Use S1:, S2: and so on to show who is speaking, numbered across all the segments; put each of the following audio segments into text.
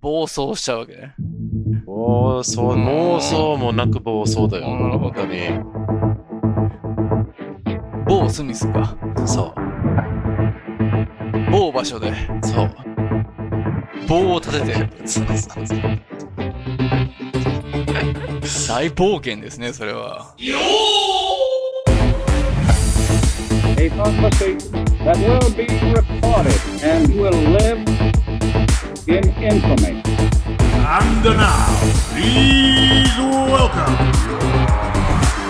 S1: 暴走しちゃうわけね。
S2: おー、そう、
S1: うん
S2: 妄想もなく暴走だよ。
S1: なるほ
S2: 本
S1: ど
S2: 当に。
S1: 某スミスか。
S2: そ
S1: 某場所で
S2: う、そう。
S1: 棒を立てて、
S2: そうそうそう
S1: 大冒険ですね、それは。
S3: a prophecy that will be recorded and will live in infamy.
S4: And now, please welcome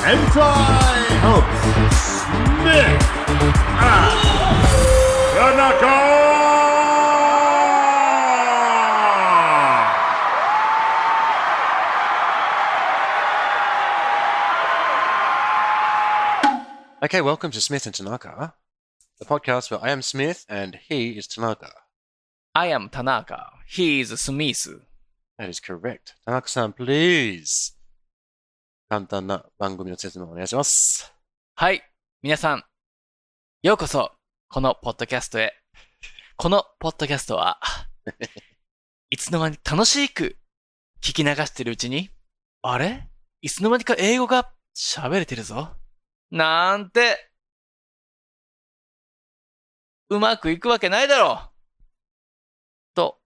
S4: Hentai Host Smith and Tanaka!
S2: Okay, welcome to Smith and Tanaka, the podcast where I am Smith and he is Tanaka.
S1: I am Tanaka. He is Smith.
S2: That is correct. 田中さん、please! 簡単な番組の説明をお願いします。
S1: はい。皆さん、ようこそ、このポッドキャストへ。このポッドキャストは、いつの間に楽しく聞き流してるうちに、あれいつの間にか英語が喋れてるぞ。なんて、うまくいくわけないだろう。と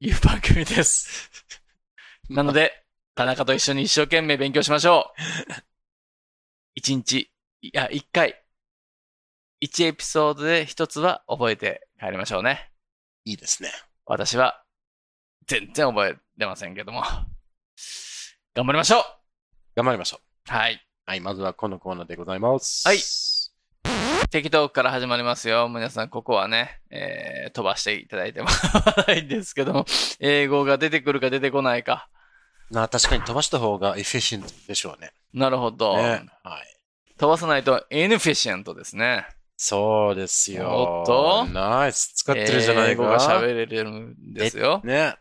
S1: いう番組です。なので、田中と一緒に一生懸命勉強しましょう。一日、いや、一回、一エピソードで一つは覚えて帰りましょうね。
S2: いいですね。
S1: 私は、全然覚えてませんけども。頑張りましょう
S2: 頑張りましょ
S1: はい。
S2: う。はい、まずはこのコーナーでございます。
S1: はい適当から始まりますよ。皆さん、ここはね、えー飛ばしていただいてもないんですけども、英語が出てくるか出てこないか。
S2: なあ確かに飛ばした方がエフィシェントでしょうね。
S1: なるほど。
S2: ねはい。
S1: 飛ばさないと、インフィシエントですね。
S2: そうですよ。
S1: おっと
S2: ナイス使ってるじゃない
S1: 英
S2: か。
S1: 語が喋れるんですよ。
S2: ね。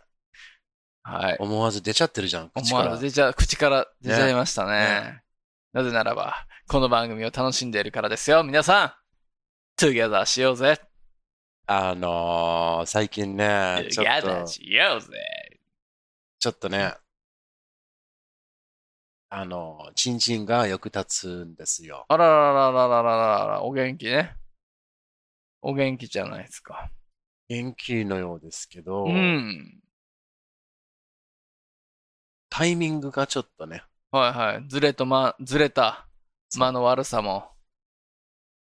S1: はい。
S2: 思わず出ちゃってるじゃん。口
S1: 思わ
S2: から
S1: ず出ちゃ、口から出ちゃいましたね。
S2: ね
S1: なぜならば、この番組を楽しんでいるからですよ。皆さん、together しようぜ。
S2: あのー、最近ね、ちょっ
S1: together
S2: と、
S1: しようぜ。
S2: ちょっとね、あのー、チンチンがよく立つんですよ。
S1: あららららららららら、お元気ね。お元気じゃないですか。
S2: 元気のようですけど、
S1: うん。
S2: タイミングがちょっとね、
S1: はいはい。ずれとま、ずれた間の悪さも。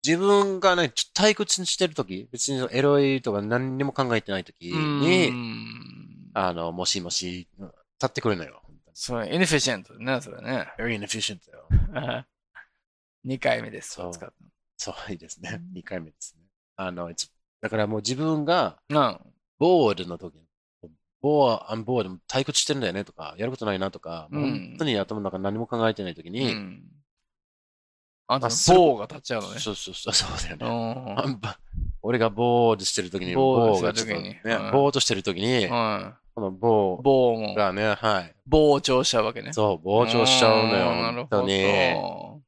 S2: 自分がね、ちょ退屈してるとき、別にエロいとか何にも考えてないとき
S1: う
S2: に、
S1: ん。
S2: あの、もしもし、うん立ってくるのよ。
S1: それ、インフィシェントね、それね。
S2: very inefficient だよ。
S1: 2回目です。
S2: そう
S1: 使っ
S2: そう、いいですね
S1: う。
S2: 2回目ですね。あの、いつだからもう自分が、
S1: たうん。
S2: ボールの時ボー、アンボール、退屈してるんだよねとか、やることないなとか、
S1: うん
S2: もう本当に頭の中何も考えてない時
S1: う
S2: に、
S1: ん。あんた
S2: あ
S1: の
S2: する
S1: 棒が立っちゃうのね。
S2: そうそうそう、そうだよ
S1: う
S2: ね。
S1: ん
S2: あんば俺がボールしてる時に、
S1: ボー
S2: ボーが
S1: ル
S2: ち
S1: し
S2: ょってと
S1: る時に
S2: ね
S1: う、ん
S2: ボーっとしてる時に、
S1: は
S2: このボ
S1: い。棒も
S2: ーがね、はい。
S1: 膨張しちゃうわけね。
S2: そう、膨張しちゃうのよ
S1: んな、る
S2: 本当
S1: ほ
S2: に。い
S1: ど。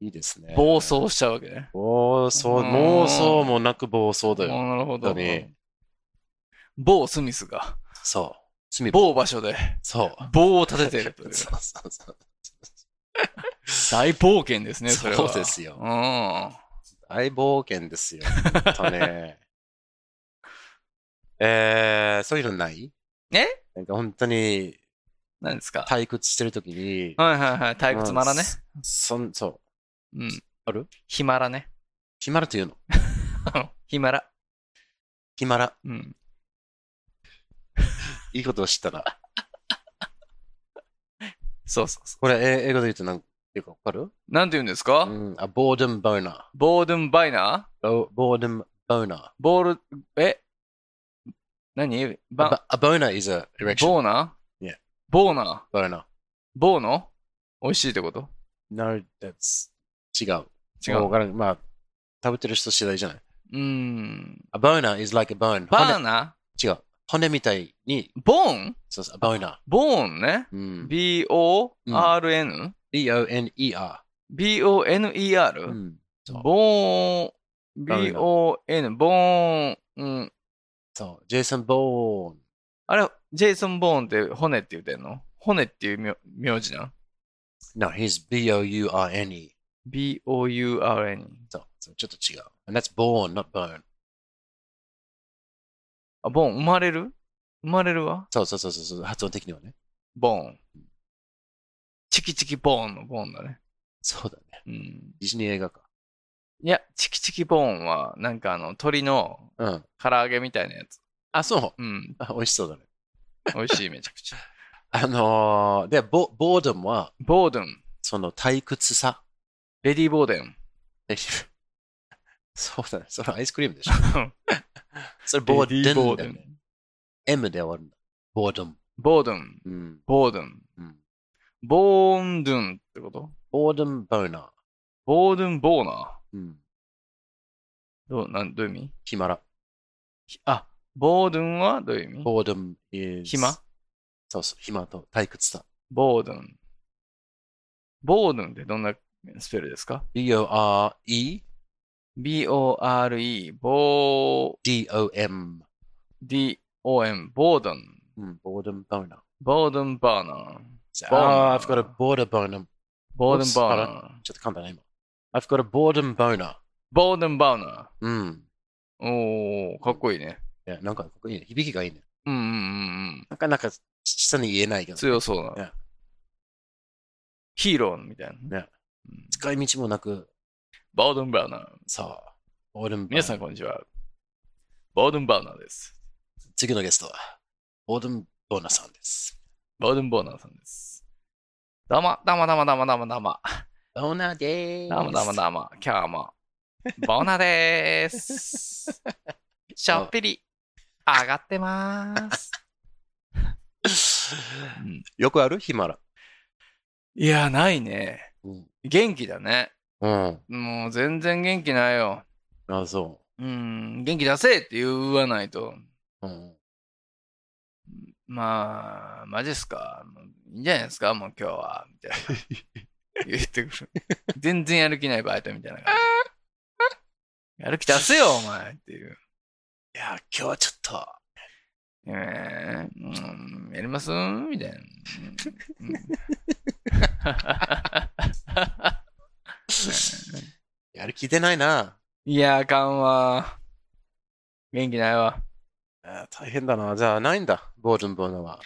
S2: いですね。
S1: 暴。走しちゃうわけね。
S2: 暴走、
S1: うん
S2: 妄想もなく暴走
S1: う
S2: だ
S1: ん
S2: よ。
S1: なるほど
S2: 本当に。
S1: 某スミスが、
S2: そう。罪、
S1: 某場所で
S2: そう。
S1: 棒を立ててるという。
S2: そうそうそう。
S1: 大冒険ですね、それは。
S2: そうですよ
S1: うん。
S2: 大冒険ですよ。ほんと ね。えー、そういうのない
S1: え
S2: なんか本当に
S1: 何ですか
S2: 退屈してるときに。
S1: はいはいはい。退屈まらね。
S2: うんそん、そう。
S1: うん。
S2: ある
S1: ヒマラ ね。
S2: ヒマラというの。
S1: ヒマラ。
S2: ヒマラ。
S1: うん。
S2: いいことを知ったな。
S1: そうそうそ
S2: これ、え英語で言うと何ていうかわかる
S1: う。なんて言うんです
S2: う
S1: か
S2: ん。あ、ボーデンボーナ
S1: ボードゥンバイナー
S2: ー。ボボーデンボーナー。
S1: ボール、え何バ
S2: A boner is a erection.
S1: ボーナー
S2: Yeah.
S1: ボーナー
S2: boner.
S1: ボーの美味しいってこと
S2: No, that's 違う。
S1: 違
S2: も
S1: う。
S2: わからん。まあ、食べてる人次第じゃない。
S1: うーん。
S2: A boner is like a bone.
S1: バーナ
S2: 骨違う。骨みたいに、
S1: ーボーン
S2: そうそう、a boner.
S1: ボーンね。
S2: うん。
S1: B-O-R-N?
S2: B-O-N-E-R。う
S1: B-O-N-E-R?
S2: ん。そう
S1: ボーン。
S2: ダメだ
S1: B-O-N。ボーン。うん。
S2: そう。ジェイソン・ボーン
S1: ジェイソン・ボーンって骨って言うてんの骨っていう名名字なん
S2: No, he's B O U R N E.
S1: ?B-O-U-R-N。
S2: そう、そうちょっと違う。And that's born, not bone.
S1: あ、ボーン、生まれる生まれるわ。
S2: そうそうそうそうそう、発音的にはね。
S1: ボーン。チキチキボーンのボーンだね。
S2: そうだね。
S1: うん。
S2: ディズニー映画か。
S1: いや、チキチキボーンは、なんかあの、鳥の
S2: うん。
S1: 唐揚げみたいなやつ。
S2: あ、そう。
S1: うん。
S2: あ美味しそうだね。
S1: 美味しい、めちゃくちゃ。
S2: あのー、で、ボボードムは、
S1: ボーデン。
S2: その退屈さ。
S1: レディーボーデン。
S2: えそうだね。それアイスクリー ムでしょ
S1: ん。
S2: それボーデ
S1: レディ
S2: ム
S1: ボー
S2: だ
S1: デ
S2: よね
S1: ン。
S2: M で終わるんだ。ボードム。
S1: ボーデン。
S2: うん。
S1: ボーデン。
S2: うん、
S1: ボーンドゥンってこと
S2: ボードムボーナー。
S1: ボーデンボーナー。
S2: うん。
S1: どう、なん、どういう意味
S2: 暇ら。
S1: ひあ、ボーデンはどういう意味
S2: ボードム is
S1: 暇
S2: そうそう。暇と退屈さ。
S1: ボーデン。ボーデンってどんなスペルですか
S2: B-O-R-E-D-O-M
S1: ?B-O-R-E、ボー、D-O-M、ボーデン。
S2: うん、ボードムボーナー。
S1: ボーデンバーナー。
S2: あ
S1: Boner.
S2: あ、I've got a border boner.
S1: ボーデンバーナー。
S2: ちょっと噛んだな、今。I've got a boredom boner.
S1: ボーデンバーナ
S2: うん。
S1: ー。おー、かっこいいね。
S2: いや、なんか、いいね。響きがいいね。
S1: うんうんうんうん。
S2: なかなか、下に言えないけど。
S1: 強そうな。
S2: ね
S1: ヒーローみたいな。
S2: ね
S1: うん
S2: 使い道もなく、
S1: ボーデンバーナー。
S2: さあ、ボードム
S1: 皆さん、こんにちは。ボーデンバーナーです。
S2: 次のゲストは、ボードムボーナーさんです。
S1: ボーデンボーナーさんです。どうも、どうも、どうも、どうも、どうも、どうも、
S2: ボーナーでーす。
S1: どうも、どうも、どうも、今日も、ボーナーでー す。ちょっぴり、上がってまーす。うん
S2: よくあるヒマラ。
S1: いや、ないね。
S2: うん。
S1: 元気だね。
S2: うん。
S1: もう、全然元気ないよ。
S2: あ、そ
S1: うん、元気出せって言わないと。
S2: う。うん。
S1: まあ、マジっすか。もういいんじゃないですか、もう今日は。みたいな。言ってくる。全然やる気ないバイトみたいな感じ。やる気出せよ、お前っていう。
S2: いや、今日はちょっと、
S1: えー、うん、やりますみたいな。うんうん
S2: やる気出ないな。
S1: いや、あかんわ。元気ないわ。
S2: あ大変だな。じゃあ、ないんだ。ボードムボーナーは。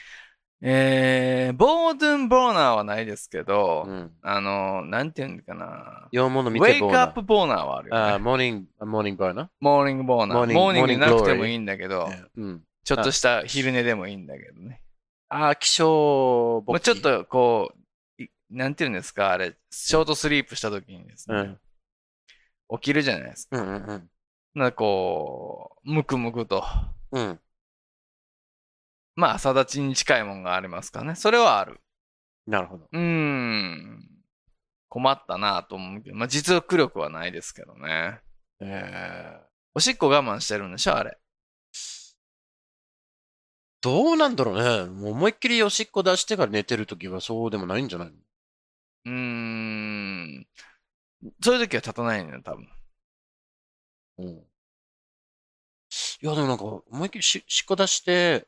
S1: えー、ボードゥン・ボーナーはないですけど、
S2: うん。
S1: あの、なんていうのかな。
S2: 洋物
S1: ウ
S2: 見
S1: ェ
S2: て
S1: イ
S2: ボー
S1: クア
S2: ナ
S1: ッ
S2: ー。
S1: プボーナーはある
S2: あ
S1: よ、ね。
S2: ーモーニング、モーニングバーナー。
S1: モーニングボーナ
S2: モー
S1: ー。
S2: ニング
S1: モーニングなくて
S2: モーニンググロー
S1: も
S2: リー
S1: いいんだけど、
S2: うん。
S1: ちょっとした昼寝でもいいんだけどね。
S2: あー、気象
S1: も
S2: 勃
S1: う
S2: 起
S1: ちょっ、とこう、いなんていうんですか、あれ、ショートスリープした時にです
S2: う
S1: ね、
S2: ん。
S1: 起きるじゃないですか。
S2: うんうんうん。
S1: なんかこう、むくむくと。
S2: うん。
S1: まあ、朝立ちに近いもんがありますかね。それはある。
S2: なるほど。
S1: うーん。困ったなと思うけど、まあ実力力はないですけどね。
S2: えー、
S1: おしっこ我慢してるんでしょ、あれ。
S2: どうなんだろうね。もう思いっきりおしっこ出してから寝てるときはそうでもないんじゃないの
S1: うーん。そういう時は立たないんだよ、多分。
S2: うん。いや、でもなんか、思いっきりし、しっこ出して、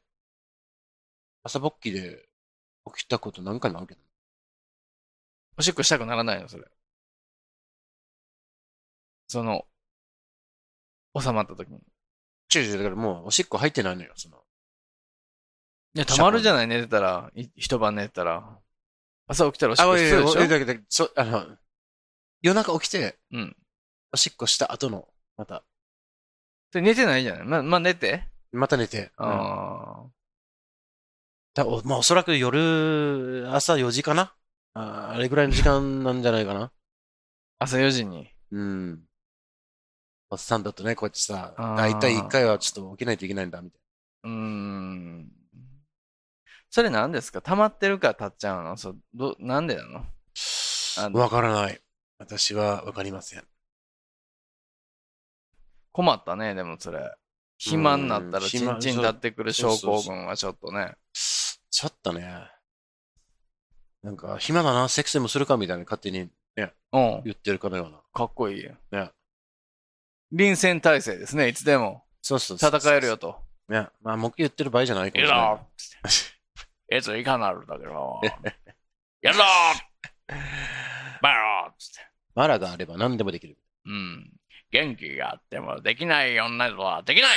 S2: 朝勃起で起きたこと何回もあるけど。
S1: おしっこしたくならないの、それ。その、収まった時に。
S2: 違う違う、だからもうおしっこ入ってないのよ、その。
S1: いや、たまるじゃない、寝てたら。い一晩寝てたら。朝起きたらおしっ
S2: あ、
S1: こ
S2: おい
S1: して
S2: おい
S1: るで
S2: おい、
S1: しょ
S2: だけど、そ、あの、夜中起きて、
S1: うん。
S2: おしっこした後の、また、
S1: で寝てないじゃないま、まあ、寝て。
S2: また寝て。うん
S1: ああ。
S2: だおまあ、おそらく夜、朝4時かなあーあれぐらいの時間なんじゃないかな。
S1: 朝4時に。
S2: うん。おっさんだとね、こうやってさ
S1: あー、
S2: だいたい1回はちょっと起きないといけないんだ、みたいう
S1: ーん。それ何ですか溜まってるから立っちゃうのそう、ど、なんでなのあ
S2: な。
S1: の
S2: わからない。私はわかりません。
S1: 困ったね、でもそれ。暇になったら、
S2: うん
S1: ち
S2: 暇
S1: んちん立ってくる症候群はちょっとね。
S2: ちょっとね、なんか、暇だな、セックスでもするか、みたいな勝手に
S1: うん。
S2: 言ってるかのような。
S1: かっこいいよ。
S2: ね
S1: 臨戦態勢ですね、いつでも。
S2: そうそうそう
S1: 戦えるよと。
S2: いや、まあ、文句言ってる場合じゃないかも
S1: や
S2: しれ
S1: だ
S2: な
S1: ーっつ って。やつはいかなるんだけどな。やるだーバやろーっつって。
S2: マラがあれば何でもできる。
S1: うん。元気があってもできない女とはできない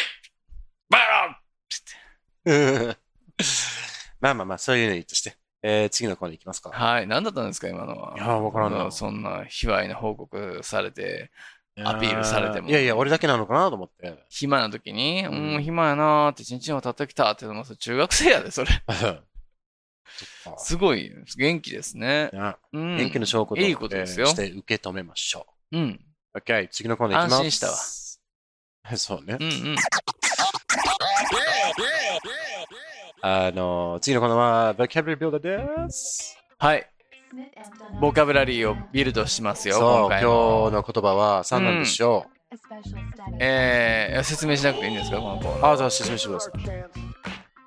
S1: バやろーっつって。
S2: まあまあまあ、そういうのいいとして。えー、次のコーナーいきますか。
S1: はい。何だったんですか、今のは。
S2: いやー、わからんな。
S1: そんな卑猥な報告されて、アピールされても
S2: いやいや、俺だけなのかなと 思って。
S1: 暇な時に、
S2: ん
S1: うん、暇やなーって、ちんちんを叩きたって、もうそれ中学生やで、それ。
S2: そっか
S1: すごい、元気ですね。
S2: いや
S1: うん。
S2: 元気の証拠と
S1: いいことですよ
S2: えーして受け止めましょ
S1: うん。
S2: う。OK、次のコーナーいきます。
S1: 安心したわ
S2: わ。 そうね
S1: う。んうん。
S2: あの、次のコーナーは、Vocabulary Builder です。
S1: はい。ボ
S5: ボ
S1: カ
S5: カ
S1: ブ
S5: ブ
S1: ラ
S5: ラ
S1: リ
S5: リ
S1: ー
S5: ー
S1: を
S5: を
S1: ビ
S5: ビ
S1: ル
S5: ル
S1: ド
S5: ド
S1: し
S5: し
S1: ま
S5: ますす
S1: よ
S5: よ。
S2: そ
S1: 今
S2: う、今
S1: 回
S2: 日
S1: も
S2: の言葉は3なんでしょう。
S5: え
S1: えー、説明しなくていいんですか、このコーナー。
S2: ああ、じゃあ説明してくださ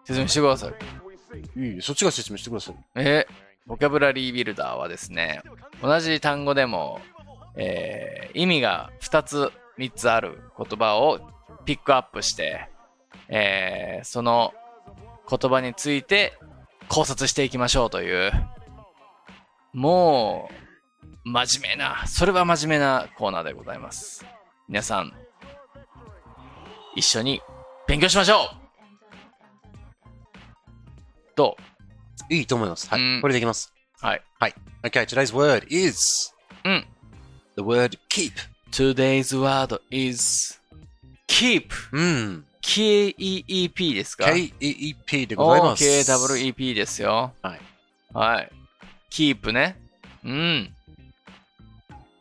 S1: 説明してください。
S2: い。いいそっちが説明してください。
S1: えーボキャブラリービルダーはですね、同じ単語でも、えー意味が2つ、3つある言葉をピックアップして、えーその言葉について考察していきましょうという、もう、真面目な、それは真面目なコーナーでございます。皆さん、一緒に勉強しましょうどう
S2: いいと思います。は
S1: うん
S2: い。これでいきます。
S1: はい。
S2: Okay, today's word is
S1: うん
S2: the word keep.
S1: Today's word is keep.
S2: うん。
S1: K-E-E-P ですか
S2: K-E-E-P E でございます。
S1: ?K-W-E-P ですよ。
S2: はい。
S1: はい。keep ね。うん。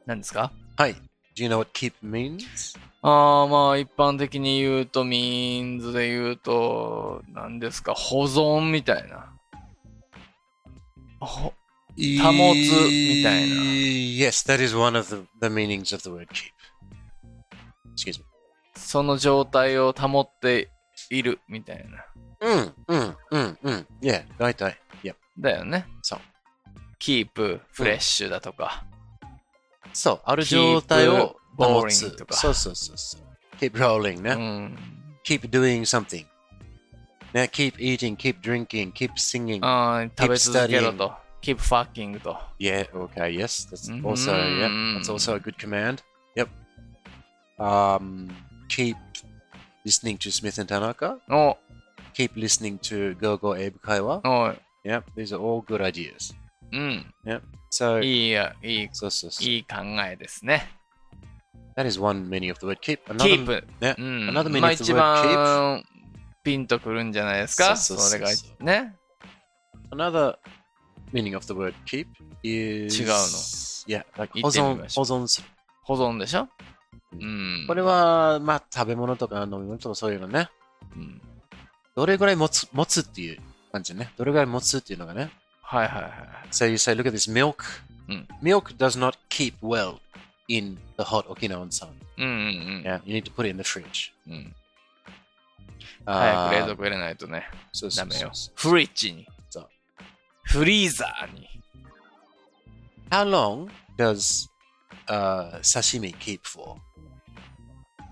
S1: 何ですか
S2: はい。Do you know what keep means?
S1: ああ、まあ一般的に言うと、means で言うと、何ですか保存みたいな。ほ E- 保つみたいな
S2: Yes, that is one of the, the meanings of the word keep. Excuse me.
S1: その状態を保っているみたいな。
S2: うん、うん、うん、うん。Yeah, Hmm. 大体。Yep.
S1: だよね。
S2: そう。
S1: keep fresh だとか。
S2: そう、ある
S1: Keep
S2: 状態を保
S1: rolling
S2: つ
S1: と。か
S2: そうそうそうそう。keep rolling ね。
S1: うん。
S2: keep doing something. ね、keep eating, keep drinking, keep singing.
S1: うん、食べ続けろと。keep fucking と。
S2: Yeah, okay, yes. That's
S1: Mhm.
S2: also yeah, that's also a good command. Yep. Um keep listening to Smith and Tanaka.
S1: お、
S2: Keep listening to Gogo Abe Kaiwa.
S1: お
S2: Yep, these are all good ideas.
S1: うん。
S2: So,
S1: いいや、いい、
S2: so, so, so
S1: いい考えですね。
S2: that is one meaning of the word keep.
S1: keep。
S2: Another, yeah,
S1: う
S2: another
S1: ん。まあ
S2: meaning of
S1: 一
S2: the word keep.
S1: 番ピンとくるんじゃないですか。
S2: そう
S1: そ
S2: そうそう
S1: れが
S2: そう
S1: ね。
S2: Another meaning of the word keep is
S1: 違うの。
S2: Yeah, like
S1: 言ってみ
S2: 保存
S1: ましょ
S2: 保
S1: う
S2: 存する。
S1: 保存でしょうん。
S2: これはまあ食べ物とか飲み物とかそういうのね。
S1: うん
S2: どれぐらい持つ持つっていう感じね。どれぐらい持つっていうのがね。
S1: はいはいはい。
S2: So you say, look at this milk.
S1: うん。
S2: Milk does not keep well in the hot Okinawan sun.
S1: うんうんうん
S2: Yeah, you need to put it in the fridge. Uh,
S1: うん。早
S2: あ
S1: く冷
S2: ー
S1: 蔵庫入れないとね。
S2: そう
S1: ダ
S2: そう
S1: メ
S2: そう
S1: よ。フリッジに
S2: そう。
S1: フリーザーに。
S2: How long does、uh, sashimi keep for?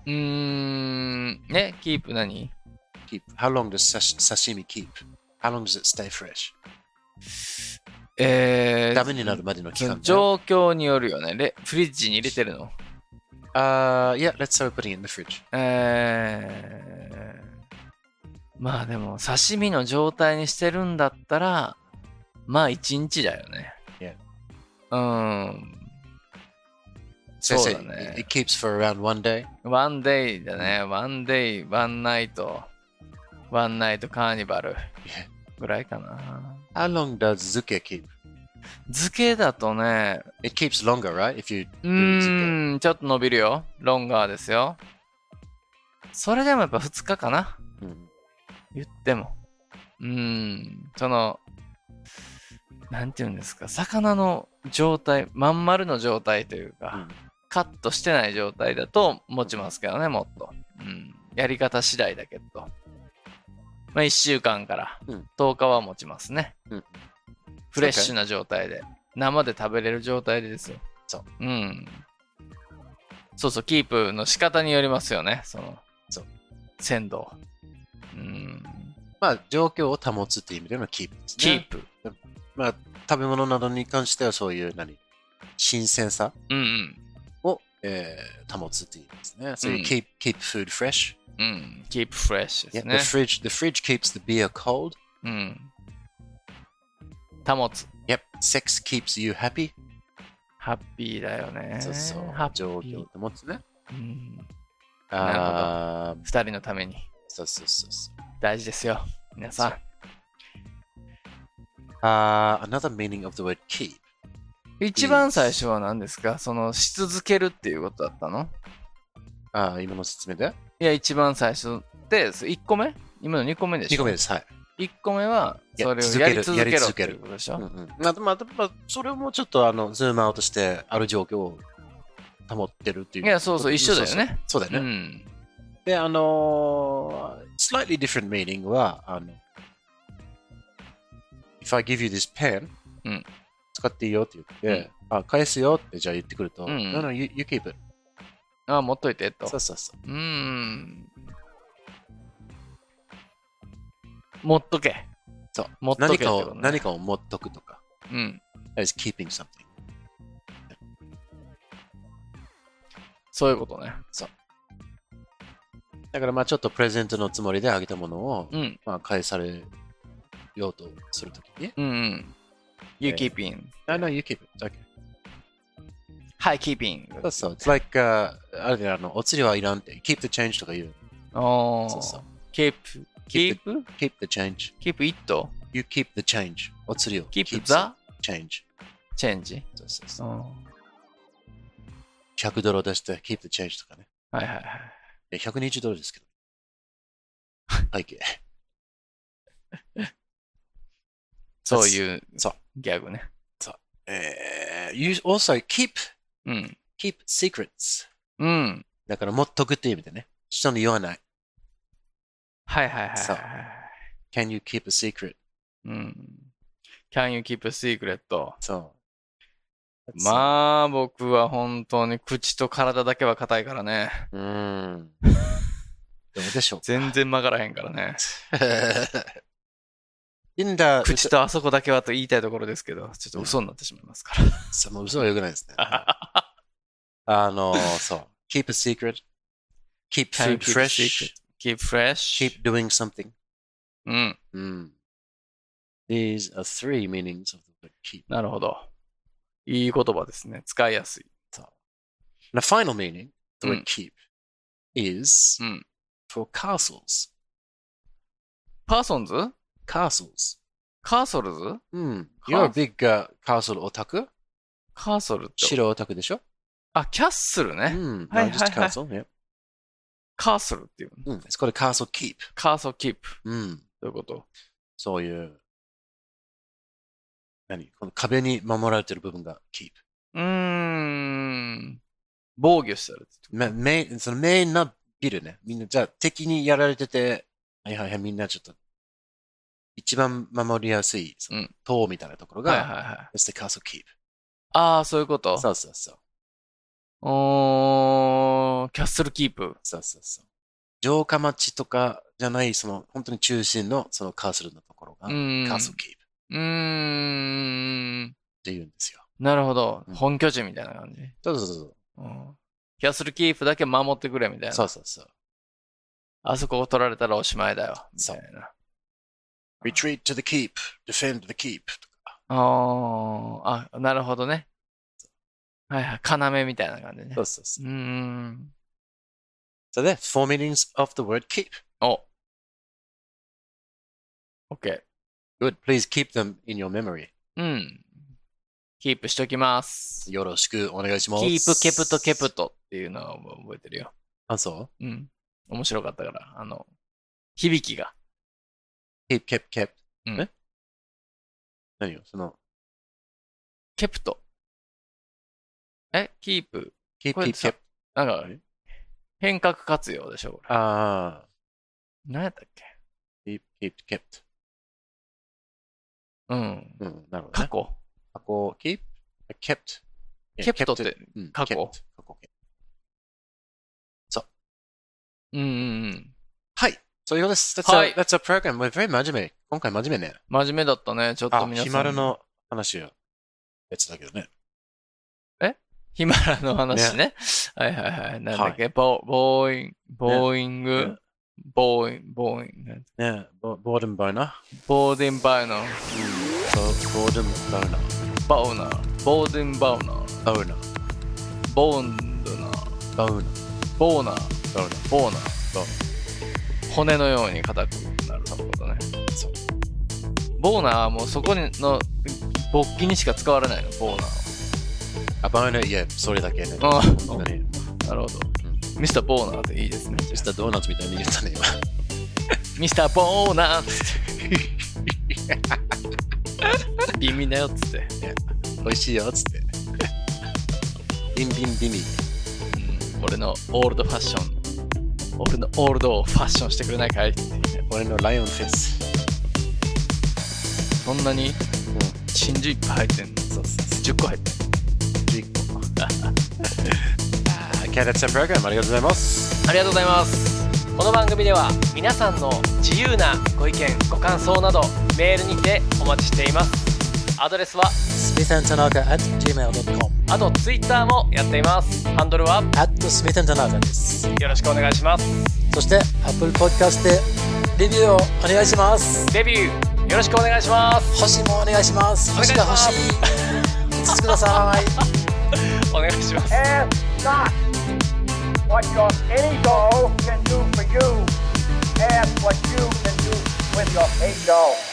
S1: うーん。ね、keep 何
S2: Keep. How long does sash- sashimi keep? How long does it stay fresh?
S1: えー。
S2: ダメになるまでの期間、ね。
S1: 状況によるよね。レフリッジに入れてるの。
S2: あー Uh, yeah, let's start putting it in the fridge.
S1: えー、まあでも、刺身の状態にしてるんだったら、まあ一日だよね。
S2: Yeah.
S1: うーん。
S2: So
S1: そうだ
S2: say it-
S1: ね
S2: it。keeps for around one day.
S1: ワンデイだね。ワンデイ、ワンナイト、ワンナイトカーニバル
S2: Yeah.
S1: ぐらいかな。
S2: How long does zuke keep?
S1: 漬けだとね、
S2: It keeps longer, right? If you
S1: う
S2: do zuke.
S1: ーん、ちょっと伸びるよ。ロンガーですよ。それでもやっぱ2日かな。
S2: うん
S1: 言っても。うーん、その、なんていうんですか、魚の状態、まん丸の状態というか、
S2: うん
S1: カットしてない状態だと持ちますけどね、もっと。うん、やり方次第だけど。まあ、1週間から
S2: うん
S1: 10日は持ちますね。
S2: うん
S1: フレッシュな状態で。生で食べれる状態でですよ。
S2: そう。
S1: うん。そうそう、キープの仕方によりますよね、その、
S2: そう
S1: 鮮度。うん。
S2: まあ、状況を保つっていう意味でのキープです
S1: キ
S2: ね
S1: ー。プ。
S2: まあ、食べ物などに関してはそういう、何、新鮮さ
S1: うんうん。
S2: を、えー保つっていう意味ですね。
S1: Hmm.
S2: そういう keep, keep food fresh.
S1: うん。キープフレッシュ
S2: Yeah,
S1: ですね
S2: the。fridge the fridge keeps the beer cold.
S1: うん。保つ。
S2: Yep, sex keeps you happy.
S1: ハッピーだよね。
S2: そうそう
S1: ハッ。
S2: 状況って持つね。
S1: うん
S2: ああ、
S1: 二人のために
S2: そうそうそうそう。
S1: 大事ですよ。皆さん。
S2: あー another meaning of the word keep.
S1: 一番最初は何ですかその、し続けるっていうことだったの
S2: ああ、今の説明で
S1: いや、一番最初で、1個目今の2個目でしょ
S2: 2個目です。はい。
S1: 1個目は、
S2: いや
S1: それを
S2: 続
S1: や
S2: け
S1: り
S2: る
S1: 続け
S2: やり
S1: ろっ
S2: 続
S1: て
S2: け
S1: い
S2: る
S1: うことでしょ、
S2: うんうんまあ、まあ、まあそれもちょっとあの、ズームアウトして、ある状況を保ってるっていう。
S1: いや、そうそう、一緒だよね。
S2: そうそう。そうだ
S1: う
S2: よね。
S1: ん。
S2: で、あのー、slightly different meaning は、あの、if I give you this pen、
S1: うん
S2: 使っていいよって言って、あ、返すよってじゃあ言ってくると、
S1: うんうん
S2: no, no, you, you keep it.
S1: ああ、持っといて、と
S2: そ。うそうそ
S1: う
S2: う。
S1: ーん。持っとけ。
S2: そう
S1: 持っとけ
S2: 何
S1: って
S2: か
S1: こ
S2: を、
S1: とね
S2: 何かを持っとくとか。
S1: うん。
S2: That is keeping something.
S1: そういうことね。
S2: だからまあちょっとプレゼントのつもりであげたものを、
S1: うん。
S2: まあ返されようとするときに、
S1: うんうん。You keep in.
S2: I know you keep it. Okay.
S1: Hi, keep in.
S2: そうそう。It's like, uh, あれだよあの、お釣りはいらんって。Keep the change とか言う。
S1: おー。
S2: そうそう。
S1: Keep,
S2: Keep
S1: keep,
S2: Keep the change.
S1: keep it,
S2: You keep the change. お釣りを。
S1: keep the
S2: change.
S1: change.
S2: そうそう
S1: う。
S2: そうん100ドルを出して、keep the change とかね。
S1: はいはいはい。
S2: いや120ドルですけど。背景。
S1: そういう
S2: そう
S1: ギャグね。
S2: えー、you also keep,
S1: うん。
S2: keep secrets.
S1: うん。
S2: だから、持っとくっていう意味でね。人に言わない。
S1: はいはいはいはい。
S2: そう
S1: はい
S2: Can you keep a secret?
S1: うん。Can you keep a secret?
S2: そう。あ。
S1: まあ、僕は本当に口と体だけは硬いからね。
S2: うーん。どうでしょう
S1: 全然曲がらへんからね。
S2: インダー、
S1: 口とあそこだけはと言いたいところですけど、ちょっと嘘になってしまいますから。
S2: 嘘もう嘘は良くないですね。 あの、そう。keep a secret, keep
S1: Can you
S2: food
S1: keep a
S2: fresh,
S1: Keep fresh.
S2: keep doing something.
S1: うん。
S2: うん。These are three meanings of the word keep.
S1: なるほど。いい言葉ですね。使いやすい。
S2: The final meaning, the
S1: うん
S2: word keep, is
S1: うん
S2: Mm. for castles.
S1: パーソンズ
S2: Castles.
S1: カーソルズ
S2: うん。You're a big、uh, castle otaku?
S1: カーソルって。
S2: 白オタクでしょ
S1: あ、キャッスル
S2: う
S1: ね。
S2: ん。
S1: はいはいはい
S2: largest Hmm. castle. Yeah.
S1: カーソルっていうの。
S2: うん。It's called a castle keep.
S1: カーソルキープ。
S2: うん。
S1: ということ。
S2: そういう、何この壁に守られてる部分が keep。
S1: うーん。防御してるってこと。
S2: ま、メイン、そのメインなビルね。みんな、じゃあ敵にやられてて、はいはいはい、みんなちょっと、一番守りやすい、そうの
S1: ん
S2: 塔みたいなところ
S1: はいはい
S2: が、
S1: はい。
S2: そして castle keep。
S1: ああ、そういうこと。
S2: そうそうそう。
S1: おー、キャッスルキープ。
S2: そうそうそう。城下町とかじゃない、その、本当に中心の、そのカーソルのところが、
S1: うーん。
S2: castle keep っ
S1: うーん。
S2: て言うんですよ。
S1: なるほど
S2: う。ん
S1: 本拠地みたいな感じ。
S2: そうそうそう
S1: うんキャッスルキープだけ守ってくれみたい
S2: そう。
S1: な。
S2: そうそうそう。
S1: あそこを取られたらおしまいだよ。みたいな。
S2: retreat to the keep, defend the keep とか。
S1: あーあ、なるほどね。はいはい。要みたいな感じね
S2: そ。うそうそう
S1: う。ーん。
S2: So that's four meanings of the word keep.
S1: お。OK。
S2: Good. Please keep them in your memory.
S1: うん。キープしときます。
S2: よろしくお願いし
S1: キ
S2: ます。
S1: ープ、ケプト、ケプ。トっていうのは覚えてるよ。
S2: あ、そう
S1: うん。面白かったから。あの、響きが。
S2: ?keep, keep, Eh? keep.
S1: うん
S2: え何よその、
S1: ケプト。えキープ。
S2: keep,
S1: こ
S2: keep,
S1: れさ
S2: keep.
S1: なんか、変革活用でしょこれ。
S2: ああ、
S1: 何やったっけ
S2: Ah, keep, keep, kept. Hmm,
S1: うん。
S2: うん、なるほど、
S1: 過
S2: ね。
S1: 去。
S2: 過去、keep, kept. Yeah,
S1: kept って
S2: kept, うん
S1: 過去
S2: kept 過去 kept
S1: うんうんうん。
S2: はい。そういうことです。That's,
S1: はい
S2: a, that's a program. We're very 真面目。今回真面目ね。
S1: 真面目だったね。ちょっと
S2: あ、
S1: 皆さん。
S2: ヒマル。の話は別だけどね。
S1: ヒマラの話ね。はいはいはい。なんだっけ、ボボーイン、ボーイング、
S2: ね
S1: ボーイン、ボーイン、
S2: ねボボーデンバーナ
S1: ボーデンバウナー、Hmm.
S2: ー。ボボーデンバーナー。
S1: バウナー、ボーデンバウナー、
S2: バーナー。
S1: ボーンドナー、
S2: バーナー。
S1: ボーナー、
S2: バーナ
S1: ボーナー。骨のように硬くなるってことね。
S2: そう。
S1: ボーナーはもうそこにの勃起にしか使われないの、ボーナーは。
S2: ー。あ、バーナー、いや、それだけね。
S1: あ
S2: 何
S1: なるほど。ミスターボーナーっていいですね。
S2: ミスタードーナツみたいに言ったね、今。
S1: ミスターボーナーっつって。ビミだよっつって。
S2: 美味しいよ、つって。ビンビンビミ。
S1: うん俺のオールドファッション。俺のオールドをファッションしてくれないかいって
S2: 俺のライオンフェス。
S1: そんなに真珠いっぱい入ってんの
S2: そうそうそう。
S1: 10個入ってんの
S2: 11個。Okay, that's a program. ありがとうございます。
S1: ありがとうございます。
S5: この番組では皆さんの自由なご意見ご感想などメールにてお待ちしていますアドレスは
S6: Smith and Tanaka at gmail.com
S5: あと Twitter もやっていますハンドルは
S6: at Smith and Tanaka です
S5: よろしくお願いします
S6: そして Apple Podcast でレビューをお願いします
S5: デビューよろしくお願いします
S6: 星もお願いします
S5: 願い
S6: 星
S5: し
S6: が
S5: ます
S6: 欲しい5つください
S5: お願いします
S7: Ask not what your any doll can do for you. Ask what you can do with your pay doll.